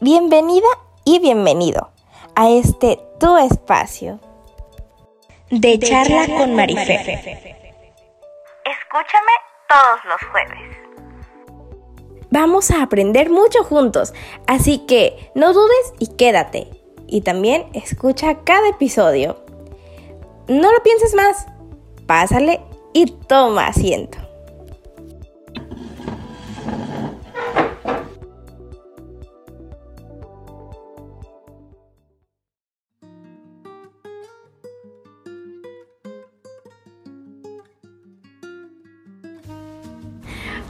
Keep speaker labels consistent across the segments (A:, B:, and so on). A: Bienvenida y bienvenido a este tu espacio
B: de charla con Marife. Escúchame todos los jueves.
A: Vamos a aprender mucho juntos, así que no dudes y quédate. Y también escucha cada episodio. No lo pienses más, pásale y toma asiento.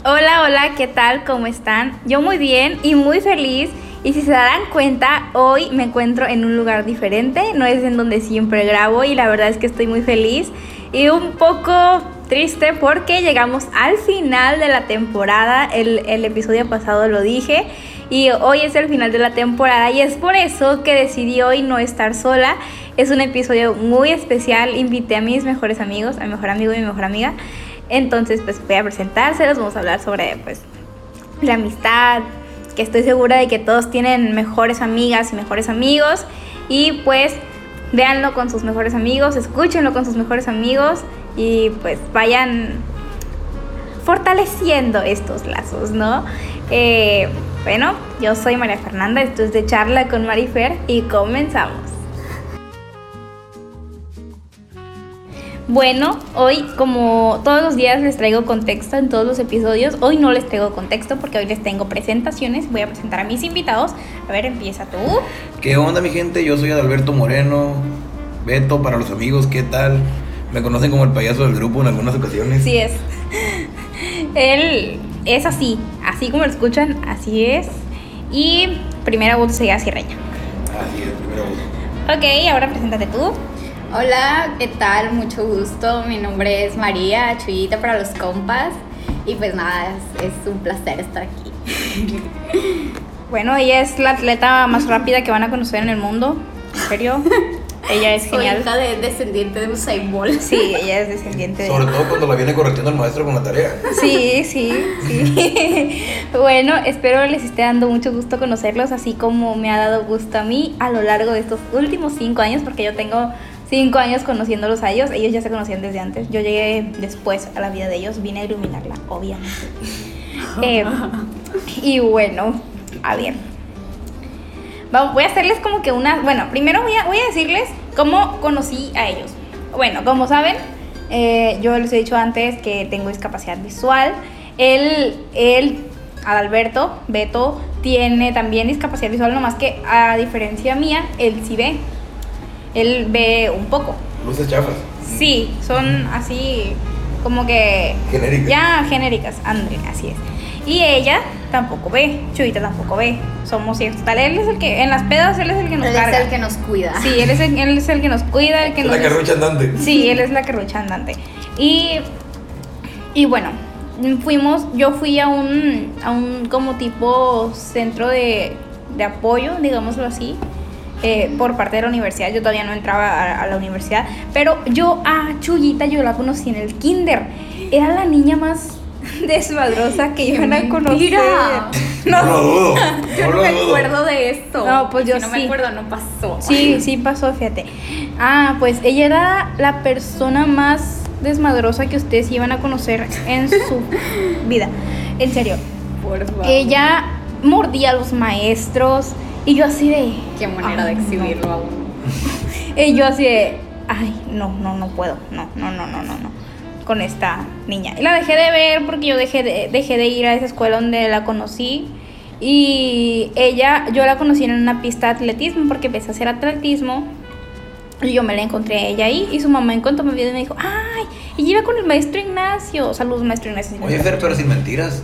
C: Hola, hola, ¿qué tal? ¿Cómo están? Yo muy bien y muy feliz. Y si se darán cuenta, hoy me encuentro en un lugar diferente, no es en donde siempre grabo y la verdad es que estoy muy feliz y un poco triste porque llegamos al final de la temporada, el, el episodio pasado lo dije y hoy es el final de la temporada y es por eso que decidí hoy no estar sola. Es un episodio muy especial, invité a mis mejores amigos, a mi mejor amigo y mi mejor amiga. Entonces, pues voy a presentárselos, vamos a hablar sobre pues la amistad, que estoy segura de que todos tienen mejores amigas y mejores amigos y pues véanlo con sus mejores amigos, escúchenlo con sus mejores amigos y pues vayan fortaleciendo estos lazos, ¿no? Eh, bueno, yo soy María Fernanda, esto es de charla con Marifer y comenzamos. Bueno, hoy como todos los días les traigo contexto en todos los episodios, hoy no les traigo contexto porque hoy les tengo presentaciones, voy a presentar a mis invitados. A ver, empieza tú.
D: ¿Qué onda mi gente? Yo soy Adalberto Moreno, Beto para los amigos, ¿qué tal? Me conocen como el payaso del grupo en algunas ocasiones.
C: Sí es. Él es así, así como lo escuchan, así es. Y primera voz sería así reña.
D: Así es, primera voz.
C: Ok, ahora preséntate tú.
E: Hola, ¿qué tal? Mucho gusto. Mi nombre es María, Chuyita para los compas. Y pues nada, es, es un placer estar aquí.
C: bueno, ella es la atleta más rápida que van a conocer en el mundo. ¿En serio? Ella es
E: Soy
C: genial.
E: hija de descendiente de Usain Bolt.
C: Sí, ella es descendiente
D: de... Sobre todo cuando la viene corrigiendo el maestro con la tarea.
C: Sí, sí, sí. bueno, espero les esté dando mucho gusto conocerlos, así como me ha dado gusto a mí a lo largo de estos últimos cinco años, porque yo tengo cinco años conociéndolos a ellos. Ellos ya se conocían desde antes. Yo llegué después a la vida de ellos, vine a iluminarla, obviamente. eh, y bueno, a ver. Vamos, voy a hacerles como que una... Bueno, primero voy a, voy a decirles cómo conocí a ellos. Bueno, como saben, eh, yo les he dicho antes que tengo discapacidad visual. Él, él, Adalberto, Beto, tiene también discapacidad visual, nomás que a diferencia mía, él sí ve él ve un poco.
D: Luces chafas.
C: Sí, son así como que...
D: Genéricas.
C: Ya genéricas, André, así es. Y ella tampoco ve, Chuyita tampoco ve. Somos ciertos. Tal, él es el que, en las pedas, él es el que nos
E: él
C: carga.
E: es el que nos cuida.
C: Sí, él es el, él es el que nos cuida, el que
D: la
C: nos...
D: carrucha andante.
C: Sí, él es la carrucha andante. Y, y bueno, fuimos, yo fui a un, a un como tipo centro de, de apoyo, digámoslo así. Eh, por parte de la universidad. Yo todavía no entraba a, a, la universidad, pero yo a Chuyita yo la conocí en el kinder. Era la niña más desmadrosa que iban a conocer.
D: No, no, dudo.
E: yo no, no me acuerdo de esto.
C: No, pues yo
E: si no
C: sí.
E: me acuerdo, no pasó.
C: Sí, sí pasó, fíjate. Ah, pues ella era la persona más desmadrosa que ustedes iban a conocer en su vida. En serio.
E: Por favor.
C: Ella mordía a los maestros. Y yo así de.
E: Qué manera de exhibirlo no. a uno.
C: y yo así de. Ay, no, no, no puedo. No, no, no, no, no, no. Con esta niña. Y la dejé de ver porque yo dejé de, dejé de ir a esa escuela donde la conocí. Y ella, yo la conocí en una pista de atletismo porque empecé a hacer atletismo. Y yo me la encontré a ella ahí. Y su mamá, en cuanto me vio, me dijo: ¡Ay! Y iba con el maestro Ignacio. Saludos, maestro Ignacio.
D: Oye, Fer, pero sin mentiras.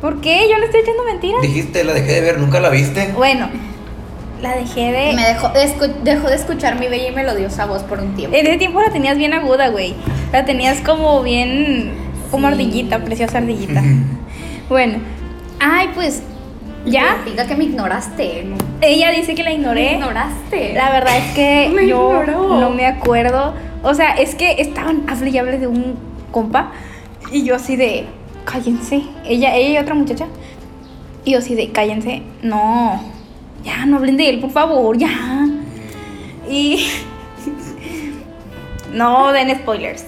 C: ¿Por qué? Yo le estoy echando mentiras.
D: Dijiste, la dejé de ver, nunca la viste.
C: Bueno, la dejé de.
E: Me dejó de, dejó de escuchar mi bella y melodiosa voz por un tiempo.
C: En ese tiempo la tenías bien aguda, güey. La tenías como bien. como sí. ardillita, preciosa ardillita. bueno,
E: Eh,
C: ay, pues. ¿Ya?
E: Diga que me ignoraste. ¿no?
C: Ella dice que la
E: Me
C: ignoré.
E: ignoraste.
C: La verdad es que me yo ignoró. no me acuerdo. O sea, es que estaban hable y hable de un compa. Y yo así de cállense. Ella, ella y otra muchacha. Y yo así de, cállense. No, ya, no hablen de él, por favor, ya. Y... no den spoilers.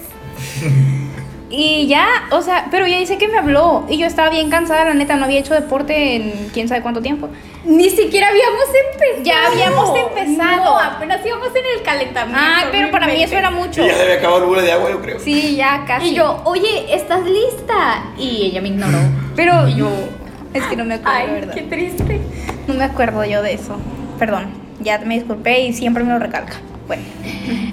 C: Y ya, o sea, pero ya dice que me habló y yo estaba bien cansada, la neta, no había hecho deporte en quién sabe cuánto tiempo.
E: Ni siquiera habíamos empezado.
C: Ya habíamos empezado.
E: No, apenas íbamos en el calentamiento.
C: Ay, pero para mí eso era mucho.
D: Y ya se había acabado el bule de agua, yo creo.
C: Sí, ya casi.
E: Y yo, oye, ¿estás lista? Y ella me ignoró.
C: Pero yo, es que no me acuerdo,
E: Ay,
C: ¿verdad?
E: qué triste.
C: No me acuerdo yo de eso. Perdón, ya me disculpé y siempre me lo recalca. Bueno.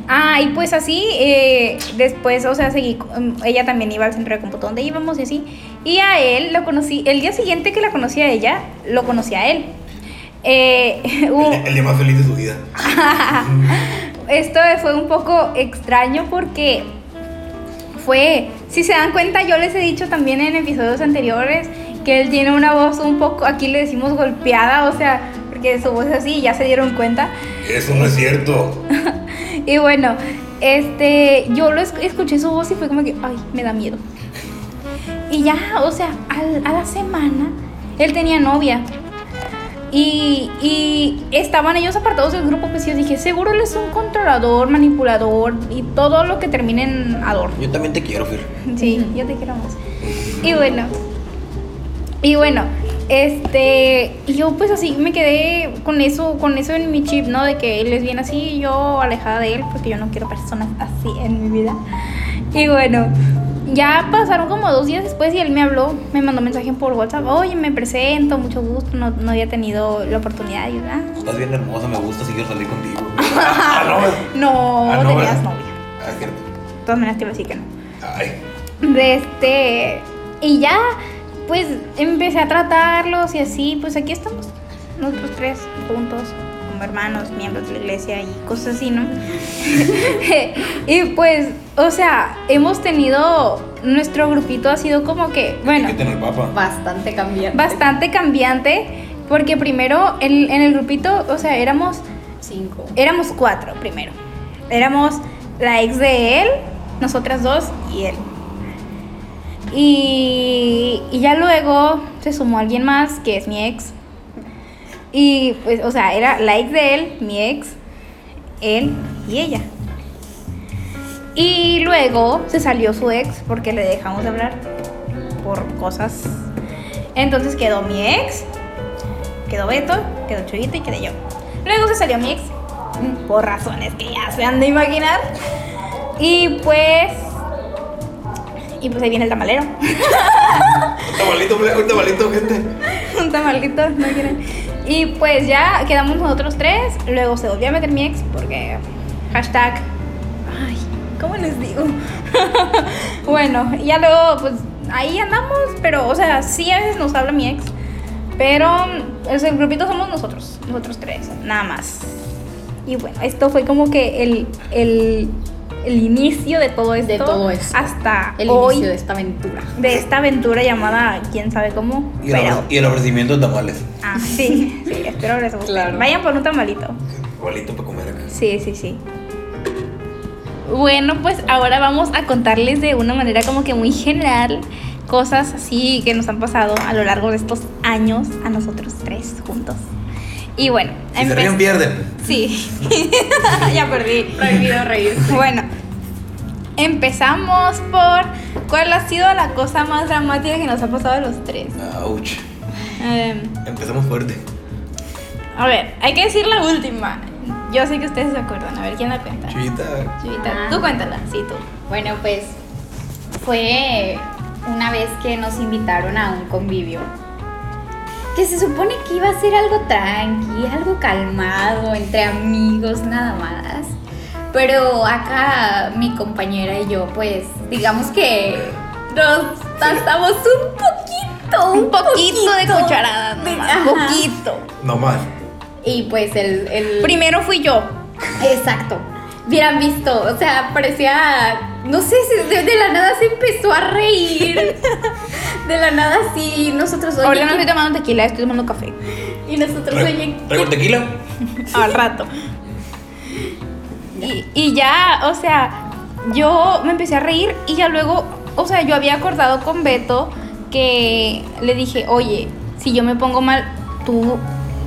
C: Ah, y pues así, eh, después, o sea, seguí. con- Ella también iba al centro de cómputo donde íbamos y así. Y a él lo conocí. El día siguiente que la conocí a ella, lo conocí a él. Eh,
D: El,
C: hubo-
D: día- el día más feliz de su vida.
C: esto fue un poco extraño porque fue, si se dan cuenta, yo les he dicho también en episodios anteriores que él tiene una voz un poco, aquí le decimos golpeada, o sea, porque su voz es así, ya se dieron cuenta.
D: Eso no es cierto.
C: Y bueno, este, yo lo esc- escuché su voz y fue como que, ay, me da miedo. Y ya, o sea, al- a la semana, él tenía novia. Y, y estaban ellos apartados del grupo, pues yo dije, seguro él es un controlador, manipulador y todo lo que termine en ador.
D: Yo también te quiero, Fer.
C: Sí, yo te quiero más. Y bueno, y bueno, este, y yo pues así me quedé con eso, con eso en mi chip, ¿no? De que él es bien así, y yo alejada de él, porque yo no quiero personas así en mi vida. Y bueno, ya pasaron como dos días después y él me habló, me mandó mensaje por WhatsApp, oye, me presento, mucho gusto, no, no había tenido la oportunidad, y yo, "Ah,
D: Estás bien hermosa, me gusta, si quiero salir contigo. ah, no, ¿verdad?
C: no,
D: Ah, no,
C: tenías
D: ¿verdad?
C: novia.
D: Ah, es cierto.
C: De todas maneras te iba a decir que no.
D: Ay,
C: de este y ya pues empecé a tratarlos y así pues aquí estamos nosotros tres juntos como hermanos miembros de la iglesia y cosas así no y pues o sea hemos tenido nuestro grupito ha sido como que bueno
D: hay que tener papa.
E: Bastante cambiante.
C: bastante cambiante porque primero en, en el grupito o sea éramos
E: Cinco.
C: éramos cuatro primero éramos la ex de él nosotras dos y él y, y ya luego se sumó alguien más, que es mi ex. Y pues, o sea, era la ex de él, mi ex, él y ella. Y luego se salió su ex porque le dejamos de hablar por cosas. Entonces quedó mi ex, quedó Beto, quedó Chuyita y quedé yo. Luego se salió mi ex, por razones que ya se han de imaginar. Y pues... Y pues ahí viene el tamalero.
D: Tamalito, flaco, un tamalito, gente.
C: un tamalito, no quieren. Y pues ya quedamos nosotros tres. Luego se volvió a meter mi ex porque hashtag. Ay, ¿cómo les digo? bueno, ya luego, pues ahí andamos, pero, o sea, sí a veces nos habla mi ex. Pero o sea, el grupito somos nosotros, nosotros tres, nada más. Y bueno, esto fue como que el, el, el inicio de todo esto.
E: De todo esto.
C: Hasta
E: El
C: hoy.
E: inicio de
C: De...
E: esta aventura.
C: esta aventura llamada quién sabe cómo.
D: Y el,
C: pero-
D: ofre- y el ofrecimiento de tamales.
C: Ah, sí, sí, espero les guste.
E: Claro.
C: Vayan por un tamalito.
D: Tamalito para comer acá.
C: Sí, sí, sí. Bueno, pues ahora vamos a contarles de una manera como que muy general cosas así que nos han pasado a lo largo de estos años a nosotros tres juntos. Y bueno,
D: Si se
C: empe-
D: ríen, pierden.
C: Sí, ya perdí.
E: Prohibido reír.
C: Bueno, empezamos por cuál ha sido la cosa más dramática que nos ha pasado a los tres.
D: Ouch.
C: Em,
D: Empezamos fuerte.
C: A ver, hay que decir la última. Yo sé que ustedes se acuerdan. A ver, ¿quién la cuenta?
D: Chuyita.
C: Chuyita.
E: Ah.
C: Tú cuéntala, sí, tú.
E: Bueno, pues fue una vez que nos invitaron a un convivio. Que se supone que iba a ser algo tranqui, algo calmado, entre amigos nada más. Pero acá mi compañera y yo, pues, digamos que nos tastamos un poquito, un,
C: Un poquito de cucharada,
E: De-
C: nomás.
E: ajá.
C: Poquito.
D: No más.
E: Y pues el, el
C: Primero fui yo.
E: Exacto. Hubieran visto, o sea, parecía, no sé, se- de, de la nada se empezó a reír. De la nada sí, y nosotros oye,
C: Ahora no estoy tomando tequila, estoy tomando café.
E: y nosotros oye,
D: Traigo traigo tequila.
C: Al rato. Y, y ya, o sea, yo me empecé a reír y ya luego, o sea, yo había acordado con Beto que le dije, oye, si yo me pongo mal, tú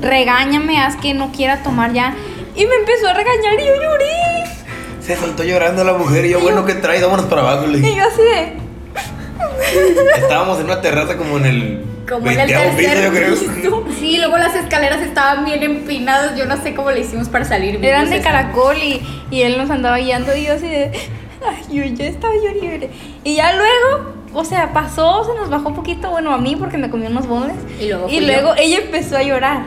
C: regáñame, haz que no quiera tomar ya. Y me empezó a regañar y yo lloré.
D: Se soltó llorando la mujer y yo, bueno, ¿qué trae? Vámonos para abajo. Le
C: Y
D: dije.
C: yo así de,
D: Estábamos en una terraza como en el.
E: Como en el
D: 20º piso, yo creo.
E: tercer piso. Sí, luego las escaleras estaban bien empinadas. Yo no sé cómo le hicimos para salir. vivos
C: eran de
E: esa-
C: caracol y, y él nos andaba guiando y yo así de, ay, yo ya estaba yo libre. Y ya luego, o sea, pasó, se nos bajó un poquito, bueno, a mí porque me comí unos boles.
E: Y luego
C: Y
E: fui
C: luego ella empezó a llorar.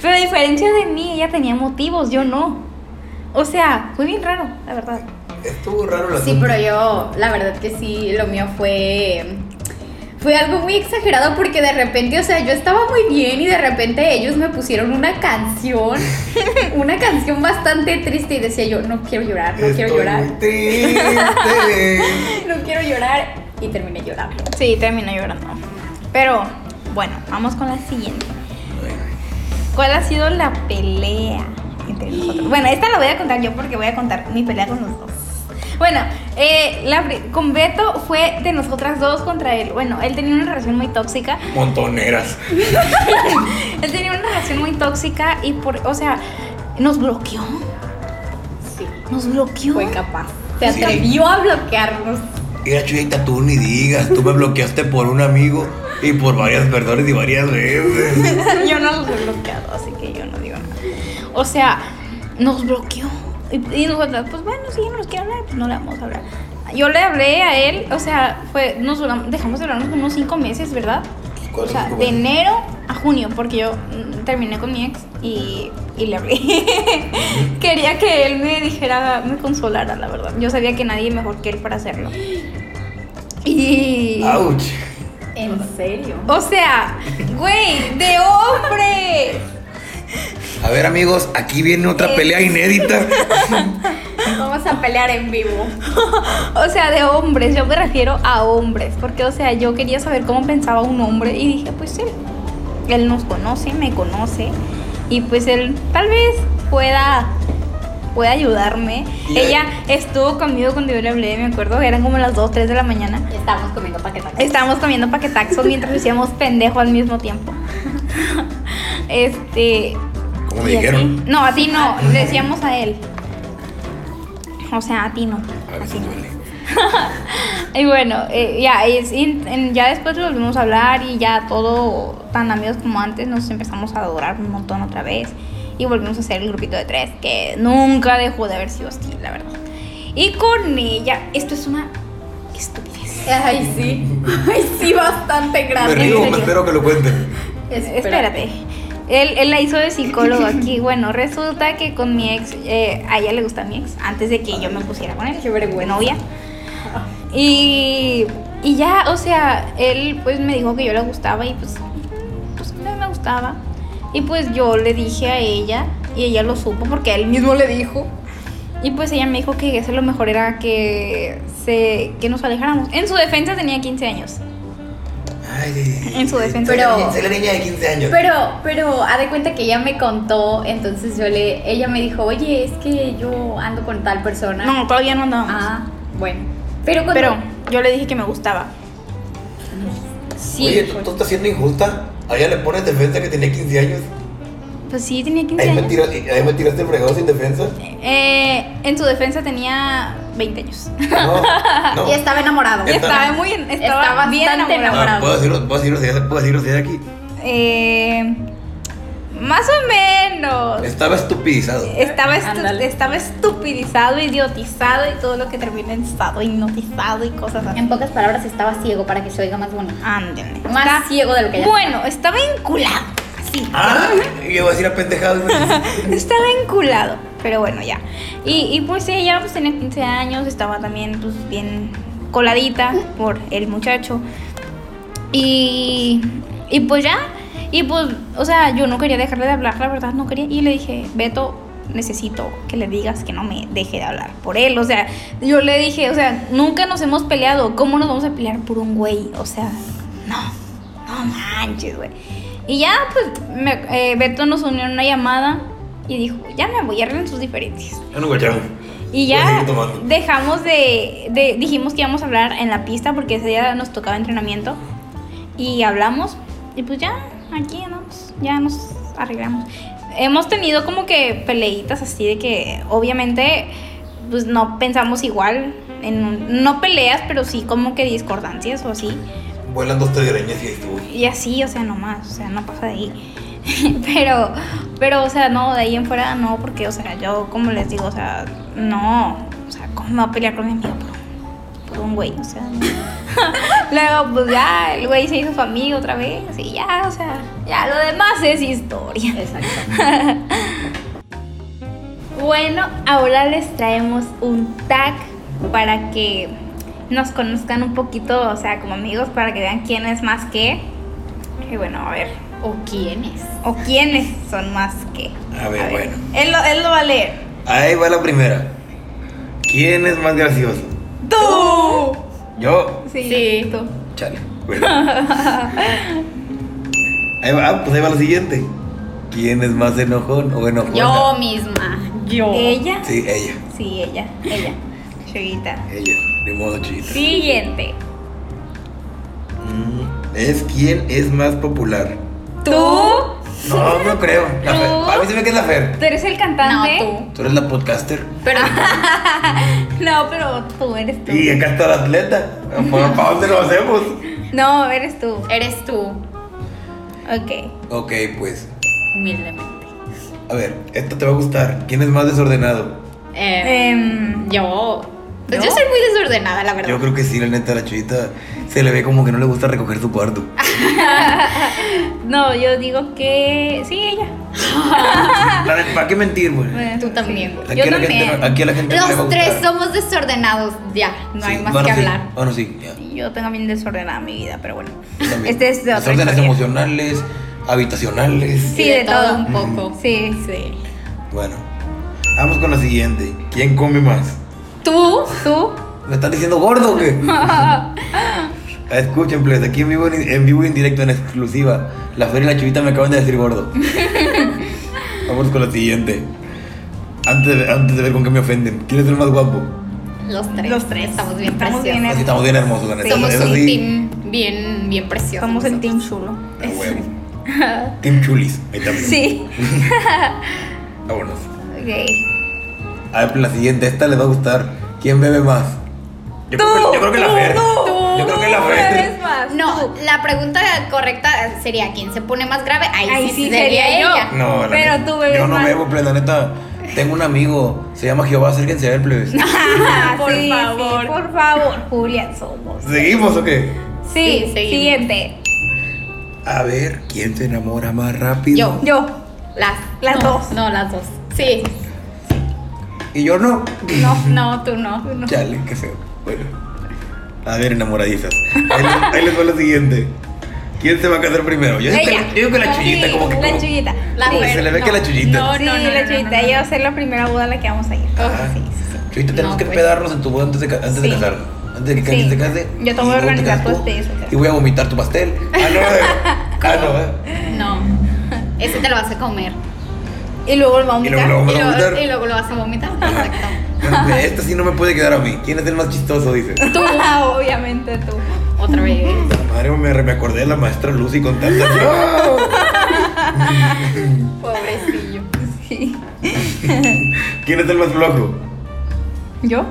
C: Pero a diferencia de mí, ella tenía motivos, yo no. O sea, fue bien raro, la verdad.
D: Estuvo raro la
E: Sí, pero yo, la verdad que sí, lo mío fue. Fue algo muy exagerado porque de repente, o sea, yo estaba muy bien y de repente ellos me pusieron una canción, una canción bastante triste y decía yo, no quiero llorar, no quiero llorar,
D: Muy triste.
E: no quiero llorar y terminé llorando.
C: Sí, terminó llorando. Pero bueno, vamos con la siguiente. ¿Cuál ha sido la pelea entre nosotros? Bueno, esta la voy a contar yo porque voy a contar mi pelea con los dos. Bueno, eh, la pri- con Beto fue de nosotras dos contra él. Bueno, él tenía una relación muy tóxica.
D: Montoneras.
C: Él tenía una relación muy tóxica y por, o sea, nos bloqueó.
E: Sí,
C: Nos bloqueó.
E: fue capaz. Se
D: Sí.
E: atrevió a bloquearnos.
D: Mira, Chuyita, tú ni digas. Tú me bloqueaste por un amigo y por varias personas y varias veces.
C: yo no los he bloqueado, así que yo no digo nada. O sea, nos bloqueó. Y, y nosotras, pues bueno, si ella no nos quiere hablar, pues no le vamos a hablar. Yo le hablé a él, o sea, fue, nos duramos- dejamos de hablarnos como unos cinco meses, ¿verdad? O sea, de enero a junio, porque yo mm, terminé con mi ex y, y le hablé. Quería que él me dijera, me consolara, la verdad. Yo sabía que nadie mejor que él para hacerlo. Y...
D: Ouch.
E: En serio.
C: O sea, güey, de hombre.
D: A ver, amigos, aquí viene
C: Eh.
D: otra pelea inédita.
E: Vamos a pelear en vivo.
C: O sea, de hombres, yo me refiero a hombres, porque, o sea, yo quería saber cómo pensaba un hombre y dije, pues él, él nos conoce, me conoce, y pues él tal vez pueda, pueda ayudarme.
D: Y-
C: Ella estuvo conmigo cuando yo le hablé, me acuerdo, eran como las 2, 3 de la mañana.
E: Estamos comiendo paquetacos.
C: Estábamos comiendo paquetaxos mientras decíamos pendejo al mismo tiempo. este.
D: Como me
C: y a ti-
D: dijeron.
C: No, a ti no, le decíamos a él. O sea, a ti no.
D: A
C: a ti
D: veces
C: no.
D: duele.
C: Y bueno, eh, ya, es- en- en- ya después volvimos a hablar y ya todo tan amigos como antes, nos empezamos a adorar un montón otra vez y volvimos a ser el grupito de tres, que nunca dejó de haber sido así, la verdad. Y con ella, esto es una estupidez.
E: Ay, sí. Ay, sí, bastante
D: Me
E: grande.
D: río, me espero que lo cuenten.
C: Espérate. Él, él la hizo de psicólogo aquí. Bueno, resulta que con mi ex, eh, a ella le gusta mi ex, antes de que yo me pusiera con él.
E: Qué vergüenza.
C: De novia. Y, y ya, o sea, él pues me dijo que yo le gustaba y pues, pues no me gustaba. Y pues yo le dije a ella y ella lo supo porque él mismo le dijo. Y pues ella me dijo que eso lo mejor era que, se, que nos alejáramos. En su defensa tenía 15 años.
D: Ay,
C: En su defensa.
E: Pero-
D: Soy la niña de 15 años.
E: Pero, pero, haz de cuenta que ella me contó, entonces yo le, ella me dijo, oye, es que yo ando con tal persona.
C: No, todavía no andábamos.
E: Ah, bueno. Pero cuando...
C: Pero yo le dije que me gustaba. Sí.
D: Oye, ¿tú, tú estás siendo injusta. A ella le pones defensa que tenía 15 años.
C: Pues sí, tenía 15
D: Ahí me,
C: años.
D: tira- ahí me tiraste el fregado sin defensa.
C: Eh, en su defensa tenía 20 años.
D: No, no.
E: Y estaba enamorado.
C: Y estaba muy en- estaba
E: Está
C: bien
E: bastante
C: enamorado.
D: Ah, ¿Puedo decirlo? ¿Puedo decirlo? ¿Puedo decirlo? ¿Puedo decirlo? ¿Puedo decirlo?
C: Eh, más o menos.
D: Estaba estupidizado.
C: Estaba, estu-
E: Ándale.
C: estaba estupidizado, idiotizado y todo lo que termina en estado, hipnotizado y cosas así.
E: En pocas palabras, estaba ciego para que se oiga más bonito.
C: Ándale.
E: Más
C: pues. Está-
E: ciego de lo que ya
C: Bueno, estaba enculado. Así.
D: Ah, yo voy a decir a pendejado.
C: Estaba enculado, pero bueno, ya. Y, y pues ella pues tenía 15 años, estaba también pues bien coladita por el muchacho. Y, y pues ya, y pues, o sea, yo no quería dejarle de hablar, la verdad no quería. Y le dije, Beto, necesito que le digas que no me deje de hablar por él. O sea, yo le dije, o sea, nunca nos hemos peleado, ¿cómo nos vamos a pelear por un güey? O sea, no, no manches, güey. Y ya, pues, me- eh, Beto nos unió en una llamada y dijo, ya me voy, arreglen sus diferencias.
D: Yo no guachavo.
C: Y
D: Voy a
C: ya
D: seguir tomando.
C: dejamos de, de- Dijimos que íbamos a hablar en la pista porque ese día nos tocaba entrenamiento. Y hablamos. Y pues ya, aquí andamos. Ya nos arreglamos. Hemos tenido como que peleitas así de que obviamente pues no pensamos igual. En un- no peleas, pero sí como que discordancias o así.
D: Vuelan dos telarañas y ahí estuvo.
C: Y así, o sea, nomás, o sea, no pasa de ahí. pero, pero, o sea, no, de ahí en fuera no, porque, o sea, yo, como les digo, o sea, no, o sea, ¿cómo me voy a pelear con mi amigo por, por un güey? O sea, no. luego, pues ya, el güey se hizo su amigo otra vez, y ya, o sea, ya lo demás es historia.
E: Exacto.
C: Bueno, ahora les traemos un tag para que nos conozcan un poquito, o sea, como amigos, para que vean quién es más que. Y bueno, a ver,
E: ¿O quién es?
C: o quiénes son más que.
D: A ver, bueno.
C: Él lo, él lo va a leer.
D: Ahí va la primera. ¿Quién es más gracioso?
C: ¡Tú!
D: Yo,
C: Sí,
E: Sí.
C: tú.
D: chale. bueno. Ahí va, ah, pues ahí va la siguiente. ¿Quién es más enojón o enojona?
E: Yo misma. Yo.
C: ¿Ella?
D: Sí, ella,
C: Sí, ella, ella. Chiquita.
D: ella, de modo chiquita.
C: Siguiente.
D: Mm, Es quién es más popular.
C: ¿Tú?
D: No, no creo. La Fer.
C: No.
D: A mí se me queda la Fer.
C: ¿Tú eres el
E: No,
C: cantante?
E: tú.
D: Tú eres la podcaster.
E: Pero
C: tú. No, pero tú eres tú.
D: Y acá está la atleta. Bueno, ¿Para dónde lo hacemos?
C: No, eres tú.
E: eres tú, Eh.
C: Ok.
D: Ok, pues.
E: humildemente.
D: A ver, esto te va a gustar. ¿Quién es más desordenado?
E: Eh,
C: Em,
E: yo. Pues
C: ¿yo?
E: yo soy muy desordenada, la verdad.
D: Yo creo que sí, la neta, la chivita se le ve como que no le gusta recoger su cuarto.
C: no, yo digo que sí, ella.
D: La neta, ¿Para qué mentir, güey?
C: Bueno,
E: Tú
C: sí.
E: también. güey.
D: Aquí, a la gente no- aquí a la gente no le va a
E: Los
D: gustar.
E: tres somos desordenados, ya. No hay
D: Sí,
E: más
D: bueno,
E: que
D: sí.
E: hablar.
D: Bueno, sí, ya.
C: Yo tengo bien desordenada mi vida, pero bueno.
D: También.
C: Este es de otra
D: Desórdenes
C: historia.
D: emocionales, habitacionales.
C: Sí, de todo.
E: un poco.
C: Sí.
E: Sí.
D: Bueno, vamos con la siguiente. ¿Quién come más?
E: Tú,
C: ¿Tú?
D: ¿Me están diciendo gordo o qué? Escuchen, please, aquí en vivo, en, en vivo y en directo, en exclusiva. La Fer y la Chivita me acaban de decir gordo. Vamos con la siguiente. Antes de, antes de ver con qué me ofenden, ¿quién es el más guapo?
E: los tres.
C: Los tres.
E: Estamos bien
C: Estamos bien
E: preciosos.
D: Así estamos bien hermosos, la neta.
E: Somos
D: Eso
E: un
D: sí,
E: team bien, bien precioso.
C: Somos el
E: nosotros.
C: team chulo.
D: a huevo. Team Chulis. Ahí también.
C: Sí.
D: Vámonos.
C: Ok.
D: A ver, la siguiente, esta les va a gustar. ¿Quién bebe más? Yo, creo, que, yo creo que la
C: tú,
D: Fer.
C: tú,
D: yo creo que la
C: tú
D: Fer.
C: eres más.
E: No, la pregunta correcta sería quién se pone más grave. Ahí,
C: Ahí
E: sí,
C: sí
E: sería,
C: sería yo.
E: ella.
D: No, la
C: Pero
D: neta,
C: tú bebes
D: Yo no
C: más.
D: bebo, plena neta. Tengo un amigo, se llama Jehová, acérquense a él, plebes.
C: Ah,
E: Por
C: sí, sí,
E: favor.
C: por favor, Julia, somos.
D: ¿Seguimos o qué?
C: Sí,
E: Sí, seguimos.
C: siguiente.
D: A ver, ¿quién se enamora más rápido?
E: Yo.
C: Yo.
E: Las,
C: Las
E: no,
C: dos.
E: No, las dos. Sí.
D: Y yo no.
E: No, no, tú no.
D: Chale, qué feo. Bueno. A ver, enamoradizas. Ahí les, ahí les va lo siguiente. ¿Quién se va a casar primero? Yo digo que,
C: Ella.
D: yo digo que la chullita,
C: Sí,
D: como que.
C: La
D: como-
C: chullita.
E: La
D: como que
E: Fer,
D: se le ve
E: no.
D: que la chullita.
E: No,
C: sí,
E: no, no,
C: la
E: no, no,
C: chullita.
E: no.
C: Ella va a ser la primera boda a la que vamos a ir.
D: Ajá.
C: Sí, sí, sí.
D: Chullita, Ah, tenemos
E: No,
D: que
E: pues.
D: pedarnos en tu boda antes de, ca- antes de
C: Sí.
D: casarnos. Antes de que
C: Sí.
D: Cali te case.
C: Yo te voy a
D: y luego
C: organizar
D: casas
C: tu
D: tú,
C: estés, o sea.
D: Y voy a vomitar tu pastel. Ah, no, eh. Ah, no, eh.
E: No. Ese te lo vas a comer.
C: Y luego el vamos
D: Y
C: a
D: luego lo
C: invitar.
D: vamos
E: Y
D: a vomitar.
E: luego, y luego lo vas a vomitar. Exacto.
D: Bueno, Esta sí no me puede quedar a mí. ¿Quién es el más chistoso? Dice.
C: Tú, obviamente tú.
E: Otra vez.
D: Madre, me, me acordé de la maestra Lucy con tanta.
E: Pobrecillo.
C: Sí.
D: ¿Quién es el más flojo?
C: ¿Yo?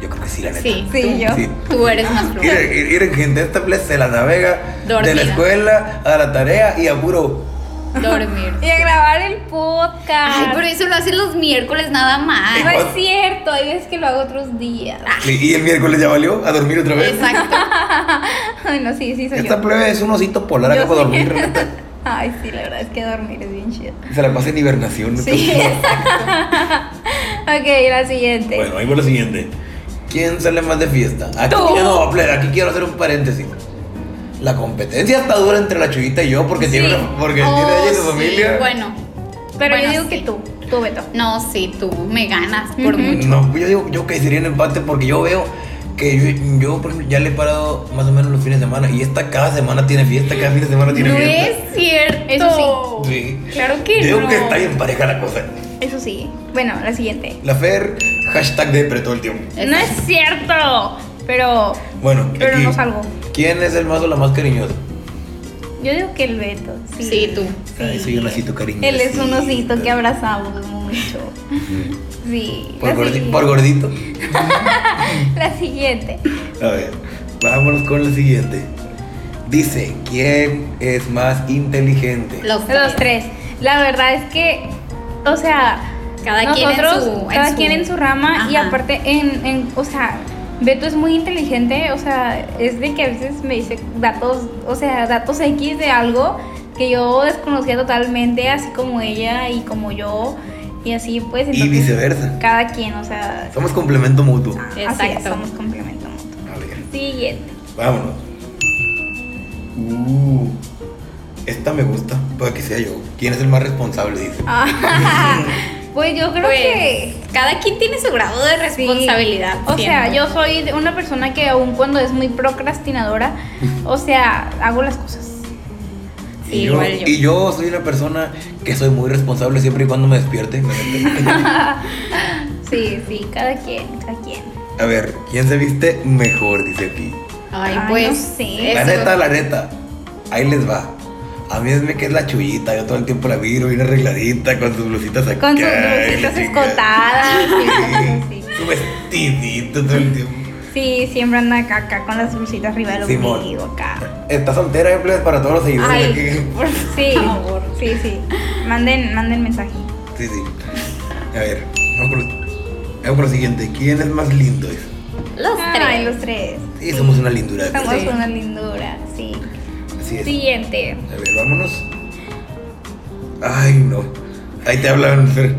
D: Yo creo que sí, la neta.
E: Sí.
C: Sí,
E: tú,
C: yo.
D: Sí.
E: Tú eres más flojo.
D: Miren, miren, gente, esta place se la navega de
E: Dormida.
D: la escuela a la tarea y a puro.
E: Dormir.
C: Y a grabar el podcast.
E: Ay, pero eso lo hacen los miércoles nada más.
C: No es cierto, hay veces que lo hago otros días.
E: Ah.
D: Y y el miércoles ya valió a dormir otra vez.
E: Exacto.
C: Ay, no, sí, sí, soy
D: Esta
C: yo.
D: plebe es un osito polar acá
C: Yo
D: para
C: sí.
D: dormir, la neta.
C: Ay, sí, la verdad es que dormir es bien chido.
D: Se la pasa en hibernación. neta.
C: Sí, Ok, la siguiente.
D: Bueno, ahí va lo siguiente. ¿Quién sale más de fiesta? Aquí
C: Tú.
D: quiero, no, plebe, aquí quiero hacer un paréntesis. La competencia está dura entre la chulita y yo porque tiene
C: Sí.
D: una- porque tiene
E: Oh,
D: ella y su
E: sí,
D: familia.
E: Bueno.
C: pero
E: bueno,
C: yo digo
E: sí.
C: que tú, tú, Beto.
E: No, sí, tú me ganas por
C: Ujú.
E: mucho.
D: No, yo digo yo que sería un empate porque yo veo que yo, yo, por ejemplo, ya le he parado más o menos los fines de semana y esta cada semana tiene fiesta, cada fin de semana tiene
E: No
D: fiesta.
E: es cierto.
C: Eso
D: Sí.
C: Claro que
D: Yo digo
C: no.
D: que está bien pareja la cosa.
C: Eso sí. Bueno, la siguiente.
D: La Fer, hashtag depre todo el tiempo.
C: No es cierto, pero
D: Bueno,
C: Pero
D: aquí,
C: no salgo.
D: ¿Quién es el más o la más cariñosa?
C: Yo digo que el Beto. Sí,
E: Sí, tú.
D: Ay, soy un osito cariño.
C: Él es un osito que abrazamos mucho. Sí.
D: Mm. Por,
C: la
D: gordi-
C: siguiente.
D: por gordito.
C: La siguiente.
D: A ver, vámonos con la siguiente. Dice, ¿quién es más inteligente?
E: Los tres.
C: Los tres. La verdad es que, o sea,
E: Cada quien en
C: nosotros,
E: su- en
C: cada
E: su-
C: quien en su rama y
E: Ajá.
C: aparte en, en- o sea, Beto es muy inteligente, o sea, es de que a veces me dice datos, o sea, datos X de algo que yo desconocía totalmente, así como ella y como yo y así pues. entonces,
D: viceversa.
C: Cada quien, o sea,
D: Somos complemento mutuo.
C: así es,
E: Exacto.
C: somos complemento mutuo.
D: A ver,
C: Siguiente.
D: vámonos. Uh, esta me gusta, para que sea yo. ¿Quién es el más responsable? Dice.
C: pues yo creo
E: Pues,
C: que
E: cada quien tiene su grado de
C: Sí.
E: responsabilidad.
C: O sea,
E: siento.
C: yo soy de- una persona que aun cuando es muy procrastinadora, o sea, hago las cosas.
E: Sí,
D: y, yo,
E: igual yo.
D: y yo soy una persona que soy muy responsable siempre y cuando me despierte. me despierto.
C: Sí, sí, cada quien, cada quien.
D: A ver, ¿quién se viste mejor? Dice aquí.
E: Ay,
C: Ay,
E: pues.
C: no sé.
D: La
E: eso.
D: neta, la neta. Ahí les va. A mí me que es la chullita, yo todo el tiempo la miro bien arregladita, con sus blusitas acá.
C: Con sus
D: y la
C: blusitas
D: chingada.
C: escotadas. y cosas
D: Sí,
C: así.
D: Su vestidito todo el tiempo.
C: Sí, siempre anda acá, acá con las blusitas arriba del
D: Simón.
C: ombligo, acá.
D: Está soltera, empleas para todos los seguidores. de
C: Ay,
D: aquí.
C: por sí,
E: favor.
C: sí, sí. Manden, manden mensaje.
D: Sí, sí. A ver, vamos por, vamos por lo siguiente. ¿Quién es más lindo?
E: Los
C: Ay,
E: tres.
C: los tres.
D: Sí, somos una lindura.
C: Estamos
D: sí.
C: una lindura, sí.
D: Así es.
C: Siguiente.
D: A ver, vámonos. Ay, no. Ahí te hablan, Fer.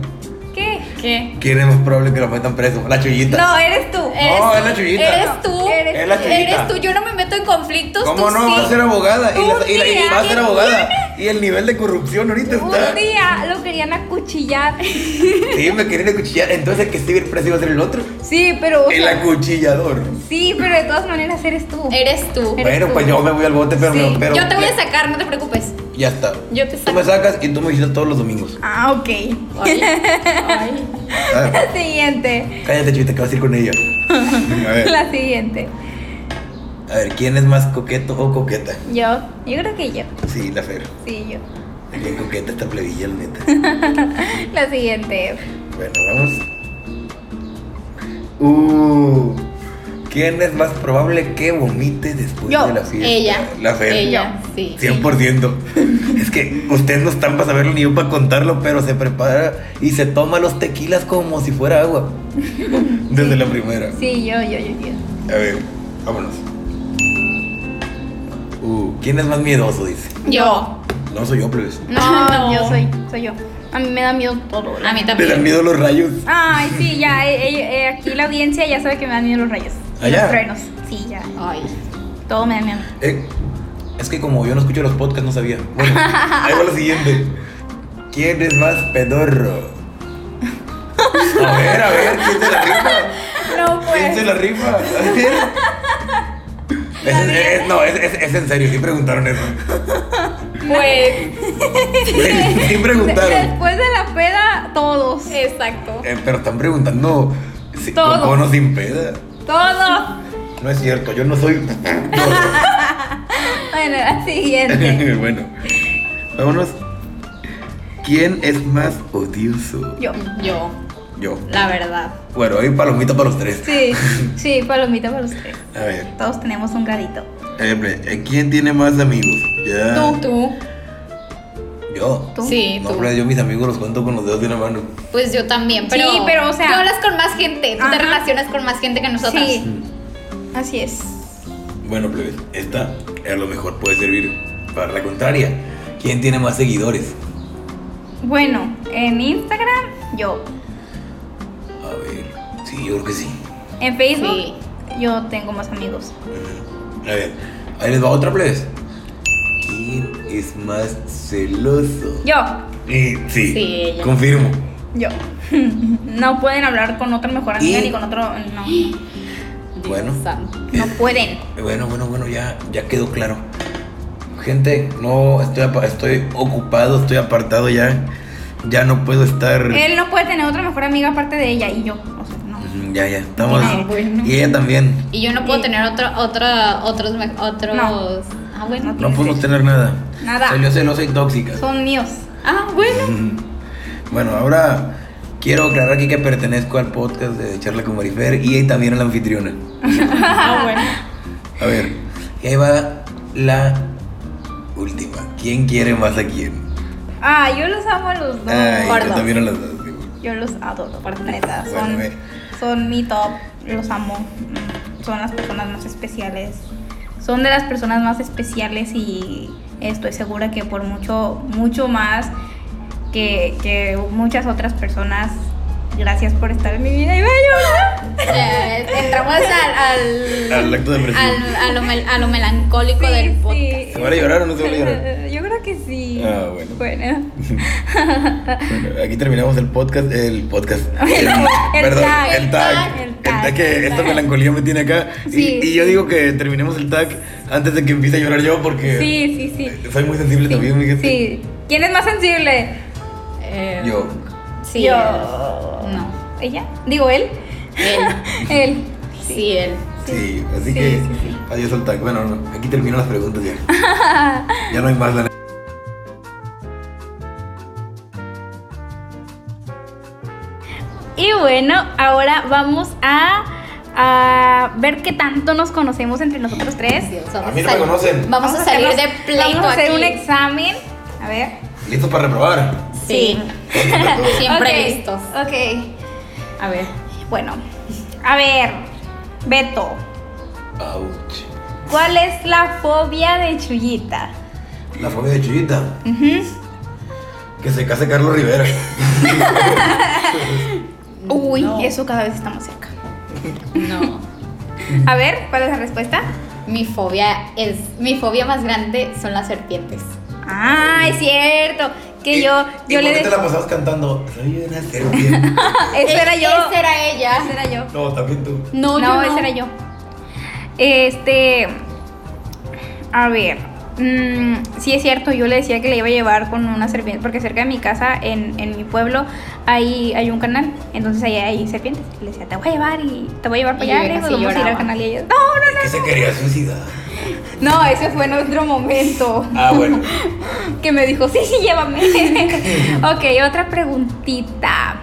C: ¿Qué?
E: ¿Qué?
D: ¿Quién es más probable que lo metan preso? La chullita.
C: No, eres tú.
E: Eres
D: No,
E: tú,
D: es la chullita.
E: Eres tú.
C: Eres
D: Es la
E: eres
D: chullita.
E: tú. Yo no me meto en conflictos.
D: ¿Cómo
E: tú
D: no?
E: sí.
D: Va a ser abogada. Y, la- y la- y
C: Tú
D: va a ser
C: tienes.
D: abogada. Y el nivel de corrupción ahorita está.
C: Un día lo querían acuchillar.
D: Sí, me querían acuchillar. Entonces el que esté el preso iba a ser el otro.
C: Sí, pero. o
D: El
C: sea,
D: acuchillador.
C: sí, pero de todas maneras eres tú.
E: Eres tú.
C: Eres
D: Bueno,
C: tú.
D: pues yo me voy al bote, pero.
C: Sí,
D: pero
E: yo te voy a sacar, no te preocupes.
D: Ya está.
E: Yo te
D: Tú me
E: saco.
D: sacas y tú me visitas todos los domingos.
C: Ah, ok.
E: Ay, ay.
D: Ah,
C: Siguiente.
D: cállate, chivita, que vas a ir con ella. A ver,
C: La siguiente.
D: a ver, ¿quién es más coqueto o coqueta?
C: Yo. Yo creo que yo.
D: Sí, la Fer.
C: Sí, yo.
D: Bien coqueta esta plebilla, la neta.
C: La siguiente.
D: Bueno, vamos. Uh, ¿Quién es más probable que vomite después
C: Yo.
D: de la fiesta?
E: Ella.
D: La Fer.
E: Ella. Sí.
D: 100%. Es que ustedes no están para saberlo ni yo para contarlo, pero se prepara y se toma los tequilas como si fuera agua. Desde la primera.
C: Sí, yo, yo, yo, yo.
D: A ver, vámonos. Uh, ¿Quién es más miedoso? Dice.
E: Yo.
D: No soy yo, plebes.
C: No,
E: No.
C: yo soy, soy yo. A mí me da miedo todo.
E: A mí
D: Le dan
E: también.
D: miedo los rayos.
C: Ay, sí, ya. eh, eh, eh, aquí la audiencia ya sabe que me dan miedo los rayos.
D: Ah,
C: Y
D: ya.
C: los truenos. Sí, ya.
E: Ay.
C: Todo me da miedo.
D: Eh, es que como yo no escucho los podcasts, no sabía. Bueno, ahí va lo siguiente. ¿Quién es más pedorro? A ver, a ver, ¿quién se la rifa?
C: No,
D: ¿Quién
E: pues.
D: se la rifa? A ver. Es- es- es- no, es, es- es en serio, sí preguntaron eso.
E: Pues,
D: Sí preguntaron.
C: Después de la peda, todos.
E: exacto.
D: Eh, pero están preguntando si,
C: Todo.
D: con o sin peda.
C: Todos.
D: No es cierto, yo no soy.
C: Bueno, la siguiente.
D: bueno, vámonos. ¿Quién es más odioso?
C: Yo.
E: Yo,
D: Yo.
E: la verdad.
D: Bueno, hay palomita para los tres.
C: Sí, sí, palomita para ustedes.
D: A ver,
C: Todos tenemos un gradito.
D: eh, eh, ¿quién tiene más amigos? Ya.
E: Tú, tú.
D: Yo.
C: ¿Tú?
E: Sí,
D: No,
E: tú.
D: pero yo mis amigos los cuento con los dedos de una mano.
E: Pues yo también, pero.
C: Sí, pero, o sea-
E: Tú hablas con más gente. Tú
C: Ajá.
E: te relacionas con más gente que nosotras.
C: Sí. Así es.
D: Bueno, plebes, esta a lo mejor puede servir para la contraria. ¿Quién tiene más seguidores?
C: Bueno, en Instagram, yo.
D: A ver, sí, yo creo que sí.
C: En Facebook, yo tengo más amigos.
D: A ver, ahí les va otra, plebes. ¿Quién es más celoso?
C: Yo,
D: Y, sí,
E: Sí, ella.
D: confirmo.
C: yo. No pueden hablar con otra mejor amiga
D: ¿Y?
C: ni con otro. No,
E: Dios
D: Bueno.
E: santo.
C: no pueden.
D: Bueno, bueno, bueno, ya, ya quedó claro. Gente, no, estoy, apa- estoy ocupado, estoy apartado ya. Ya no puedo estar.
C: Él no puede tener otra mejor amiga aparte de ella y yo. O sea, no.
D: Ujú, Mm, Ya, ya, estamos.
E: Ah, bueno.
D: Y ella también.
E: Y yo no puedo
C: Y-
E: tener otro, otro, otros, me- otros
C: No.
E: Ah, bueno.
D: No
C: tiene
D: podemos
C: derecho.
D: tener nada.
C: Nada.
D: Salió celosa y tóxica.
C: Son míos.
E: Ah, bueno.
D: Bueno, ahora quiero aclarar aquí que pertenezco al podcast de Charla con Marifer y también a la anfitriona.
E: Ah, bueno.
D: A ver, y ahí va la última. ¿Quién quiere más a quién?
C: Ah, yo los amo a los dos.
D: Ay,
C: Por
D: yo
C: dos.
D: también a las dos. digo.
C: Yo los adoro, por neta.
D: Bueno,
C: Son,
D: eh.
C: son mi top, los amo. Mm, Son las personas más especiales. Son de las personas más especiales y estoy segura que por mucho, mucho más que, que muchas otras personas. Gracias por estar en mi vida y voy a llorar.
E: Ya, Eh, entramos al. al
D: Al acto depresivo.
E: al- a, lo, mel- a lo melancólico
C: Sí,
E: del
C: sí.
E: podcast.
D: ¿Se van a llorar o no se van a llorar?
C: Yo creo que sí.
D: Ah, bueno.
C: Bueno.
D: Bueno, aquí terminamos el podcast. El podcast.
C: El- el
D: perdón,
C: tag,
D: el tag.
C: el
D: El
C: tag,
D: tag que
C: el
D: esta
C: tag.
D: melancolía me tiene acá. Y-
C: Sí,
D: Y, yo digo que terminemos el tag antes de que empiece a llorar yo porque
C: Sí, sí, sí.
D: soy muy sensible también, fíjate.
C: Sí. ¿Quién es más sensible?
E: Eh,
D: Yo.
E: Sí.
C: Yo.
E: él. No.
C: ¿Ella? Digo él.
E: Él.
C: Él.
E: Sí, él.
D: Sí, así
C: Sí,
D: que
C: sí, sí.
D: adiós al tag. Bueno, no, aquí terminan las preguntas ya. ya no hay más la neta.
C: Y bueno, ahora vamos a, a ver qué tanto nos conocemos entre nosotros tres.
E: Dios,
D: A mí no me
E: sal-
D: conocen.
E: Vamos, a salir de
C: hacernos-
E: pleito
C: Vamos a hacer
E: aquí.
C: un examen. A ver.
D: ¿Listos para reprobar?
E: Sí. Siempre
C: Ok,
E: listos.
C: Ok.
E: A ver.
C: Bueno, a ver, Beto,
D: Ouch.
C: ¿cuál es la fobia de Chuyita?
D: La fobia de Chuyita. Que se case Carlos Rivera.
C: Uy,
E: No.
C: eso cada vez está más cerca.
E: No.
C: A ver, ¿cuál es la respuesta?
E: Mi fobia es. Mi fobia más grande son las serpientes.
C: Ah, es cierto. Que
D: Y-
C: yo,
D: ¿Y
C: yo
D: por
C: le
D: qué te
C: decía.
D: la pasabas cantando? Soy una serpiente.
C: Eso era
E: E-
C: yo.
E: Esa era ella.
C: Esa era yo.
D: no, también tú.
E: No, yo
C: No, ese era yo. Este. A ver. mm, sí, es cierto, yo le decía que le iba a llevar con una serpiente. Porque cerca de mi casa, en, en mi pueblo, hay, hay un canal. Entonces ahí hay serpientes. Le decía, te voy a llevar y te voy a llevar
E: Y
C: para allá.
E: ella
C: lejos,
E: casi
C: vamos a ir al
E: lloraba.
C: canal y ellos. No,
D: Es que se quería suicidar.
C: no, no, ese fue nuestro momento.
D: Ah, bueno.
C: que me dijo, sí, sí, llévame. ok, otra preguntita.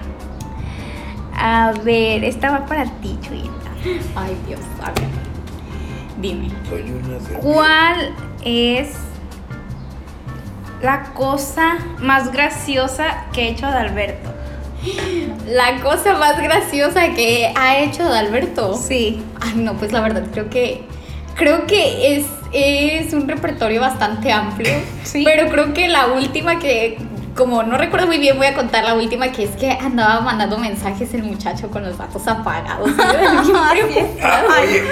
C: A ver, esta va para ti, Chuyita.
E: Ay, Dios, a ver. Dime.
D: Soy una serpiente.
C: ¿Cuál es la cosa más graciosa que he hecho de Alberto?
E: La cosa más graciosa que ha hecho Alberto.
C: Sí.
E: Ay, no, pues la verdad, creo que. Creo que es, es un repertorio bastante amplio.
C: Sí.
E: Pero creo que la última que. Como no recuerdo muy bien, voy a contar la última, que es que andaba mandando mensajes el muchacho con los datos apagados. Y yo bien preocup-
D: Ah, oye.